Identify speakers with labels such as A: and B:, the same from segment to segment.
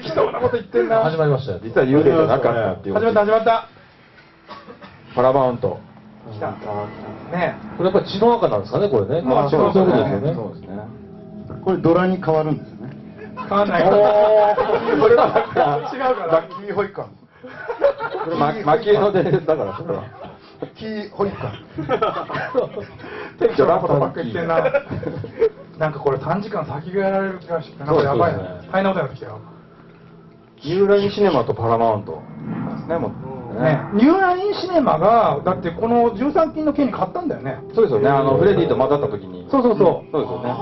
A: きそうなこと言ってんな
B: 始まりましたよ
A: 実は幽霊じゃなかったっていう
C: 始まった始まった
A: パラマウント
C: 来たね
B: これやっぱり血の赤なんですかねこれね
C: まあ
B: そう
C: そう
B: いうこと
C: です
B: ですよ
A: そう
B: ね
A: ですね
D: これドラに変わるんですよね
C: 変わんない
A: おーこれはなんか
C: 違うか
D: ラ
C: ら
D: ッキーホイカン
A: これま蒔絵の伝説だからそれ は
D: ラッキーホイカン
A: 適
C: ちょ
A: 当
C: っ
A: な
C: とこ
A: こ
C: とと
A: ば
C: ば
A: っ
C: っ
A: か
C: か
A: り
C: り言ってて
A: 言っん
C: ん
A: な
C: ななんかこれ短時間先がやられる気がしてなんかやばい
B: そうです
C: な
B: ね
C: 大変なことになってきたよ
A: ユーラインシネマとパラマウントですねもう
C: ねニューラインシネマがだってこの13金の件に買ったんだよね
A: そうですよねあのフレディと混ざった時に
C: そうそうそう
A: そうですよね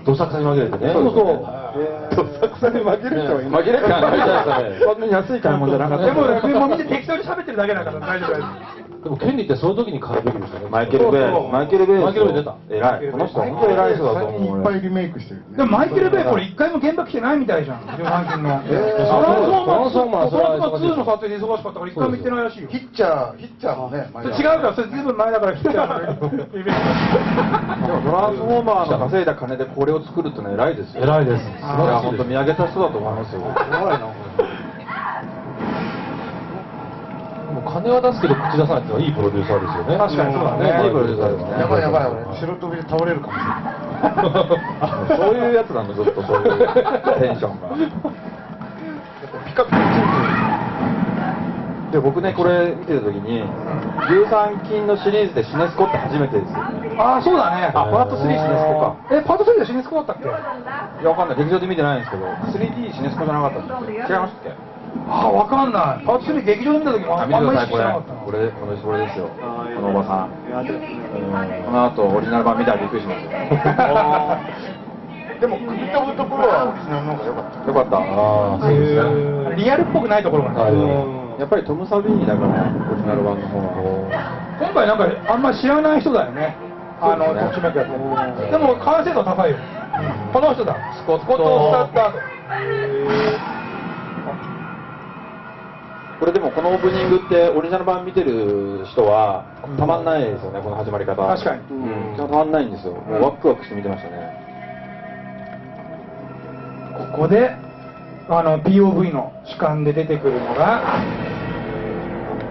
C: うん
B: どさくさに紛れてね
C: そうそう
A: どさくさに紛れちゃう紛れちゃうそんなに安い買い物じゃなかった
C: でもでもみんな適当に喋ってるだけだから大丈夫です
B: でも権利ってその時に買うべきですよね
A: マイケル・ベ
C: そうそ
A: イ
C: う
A: マイケル・ベイ
B: マイケルベイ出た
A: 偉いこの人本当に偉い人だと
D: 最近
A: 思う
D: いっぱいリメイクしてるよね
C: でもマイケル・ベイこれ一回も現場来てないみたいじゃん13金の
B: えー
C: トランスフォーマ
B: トランスフォーマー
C: ー
B: それ
C: ト
B: は
C: ランスフォーマー2の撮影で忙しかったから一回も行ってないらしいよ
D: ヒッチャーヒッチャーもね
C: それ違うからそれずいぶん前だから来ちゃうのよイベン
A: でもトランスフォーマーの稼いだ金でこれを作るってのは偉いですよ
B: 偉いです
A: いや本当見上げた人だと思いますよ
B: もう金は出すけど口出さないっていうのはいいプロデューサーですよね
C: 確かにそうだね
B: いいプロデューサーですね
D: やばいやばい俺白飛びで倒れるかもし
A: そ
D: れない
A: ういうやつなのずっとそういうテンションが
D: ピカピカつい
A: で僕ねこれ見てる時に13金のシリーズでシネスコって初めてですよね
C: トああそうだ ね
A: あパート3シネスコか
C: えパート3でシネスコだったっけあ
A: いやわかんない劇場で見てないんですけど 3D シネスコじゃなかったんですよ違いましたっけ
C: あ分かんないパート3劇場で見た時もあ
A: あ
C: ん
A: 見て
C: まり
A: く
C: 意
A: ださい
C: 識し
A: これ
C: なかったな
A: これこの人これですよこのおばさん
E: ん
A: この後オリジナル版見たらびっくりしました よ
D: てるでも首飛ぶところはオリジナルの方が良かった
A: よかった
B: ああそうですね
C: リアルっぽくないところがね
B: はい
A: やっぱりトム・サビーニだからオリジナル版の方は
C: 今回なんかあんま知らない人だよねあのときめくやつでも完成度高いよこの人だスコット・スタッター
A: これでもこのオープニングってオリジナル版見てる人はたまんないですよねこの始まり方
C: 確かに
A: うんたまんないんですよもうワクワクして見てましたね
C: ここであの POV の主観で出てくるのが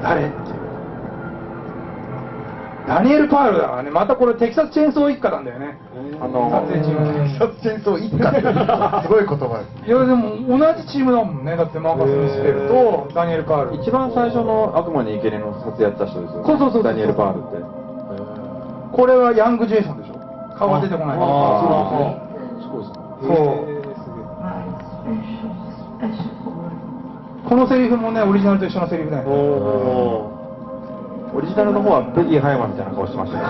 C: 誰っていうダニエル・パールだからねまたこれテキサスチェーンソー一家なんだよね
A: あの
C: 撮影チーム
D: 自殺戦争一家ってすごい言葉です
C: いやでも同じチームだもんねだってマーカス・ミスペルとダニエル・パール
A: 一番最初の「悪魔に生贄」の撮影やってた人ですよね
C: そうそうそうそう
A: ダニエル・パールって
C: これはヤング・ジェイソンでしょ顔は出てこない
A: あそうですね
C: そうこのセリフもねオリジナルと一緒のセリフだよね
A: そうオリジナルの方はベギー葉山みたいな顔してましたね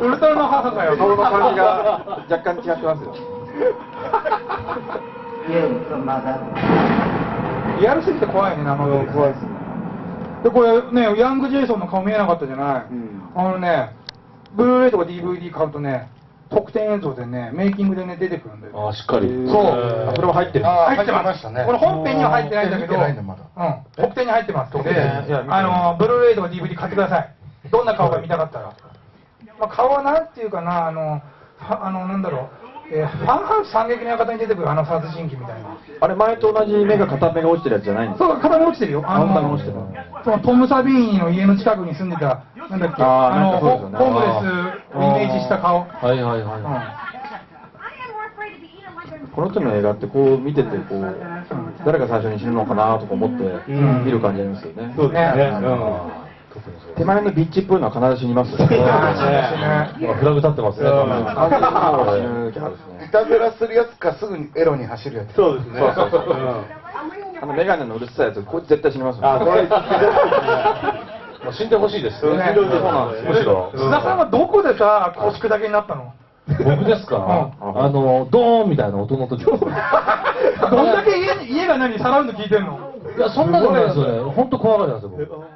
C: ウルトラの母かよ
A: 顔の感じが若干違ってますよ
C: リアルすぎて怖いね生で怖いですねでこれねヤング・ジェイソンの顔見えなかったじゃない、あのねブルーレイとか DVD 買うとね特典映像でねメイキングでね出てくるんだよ
B: ああしっかり
C: そう
B: あそれも入ってる
D: あ
C: 入って
D: 入って
C: ま
D: まし
C: す
D: たね
C: これ本編には入ってないんだけど
D: 見てないんだまだ
C: うん特典に入ってます
A: 典
C: で
A: いや見てない
C: あのブルーレイとか DVD 買ってくださいどんな顔が見たかったら、まあ、顔はなんていうかなあのはあのなんだろう、えー、ファンハウス惨劇の館に出てくるあの殺人鬼みたいな
A: あれ前と同じ目が片目が落ちてるやつじゃないんです
C: そう、片目落ちてるよ。あ
A: あ片目落ちて
C: そのトム・サビーニの家の近くに住んでた、なんだっけ、
A: あー
C: あの、
A: なんかそう
C: ホ
A: ですよね
C: ホームレスをイメージした顔。
B: はいはいはい
C: うん
B: は
A: この人の映画ってこう見ててこう誰が最初に死ぬのかなとか思って
B: うん
A: 見る感じありますよね、
C: うですね
B: 特にそう
A: 手前のビッチっぽいのは必ず死にますよ
C: いや
A: 完
C: ー
B: まあフラグ立ってますね多分
A: 全にもう死ぬキャラです
D: い
A: ね
D: たずらするやつかすぐにエロに走るやつそうです
A: そうそうそうあのメガネのうるさいやつこいつ絶対死にますよね
B: まあ死んでほしいですよね
C: そう
B: なんですむしろ
C: 須田さんはどこでさ、腰砕けになった の
B: 僕ですか
A: うん
B: あのドーンみたいな音の 時
C: どんだけ家に家が何、サラウンド聞いてんの
B: いやそんなでもないですよね本当怖がりなんですよ僕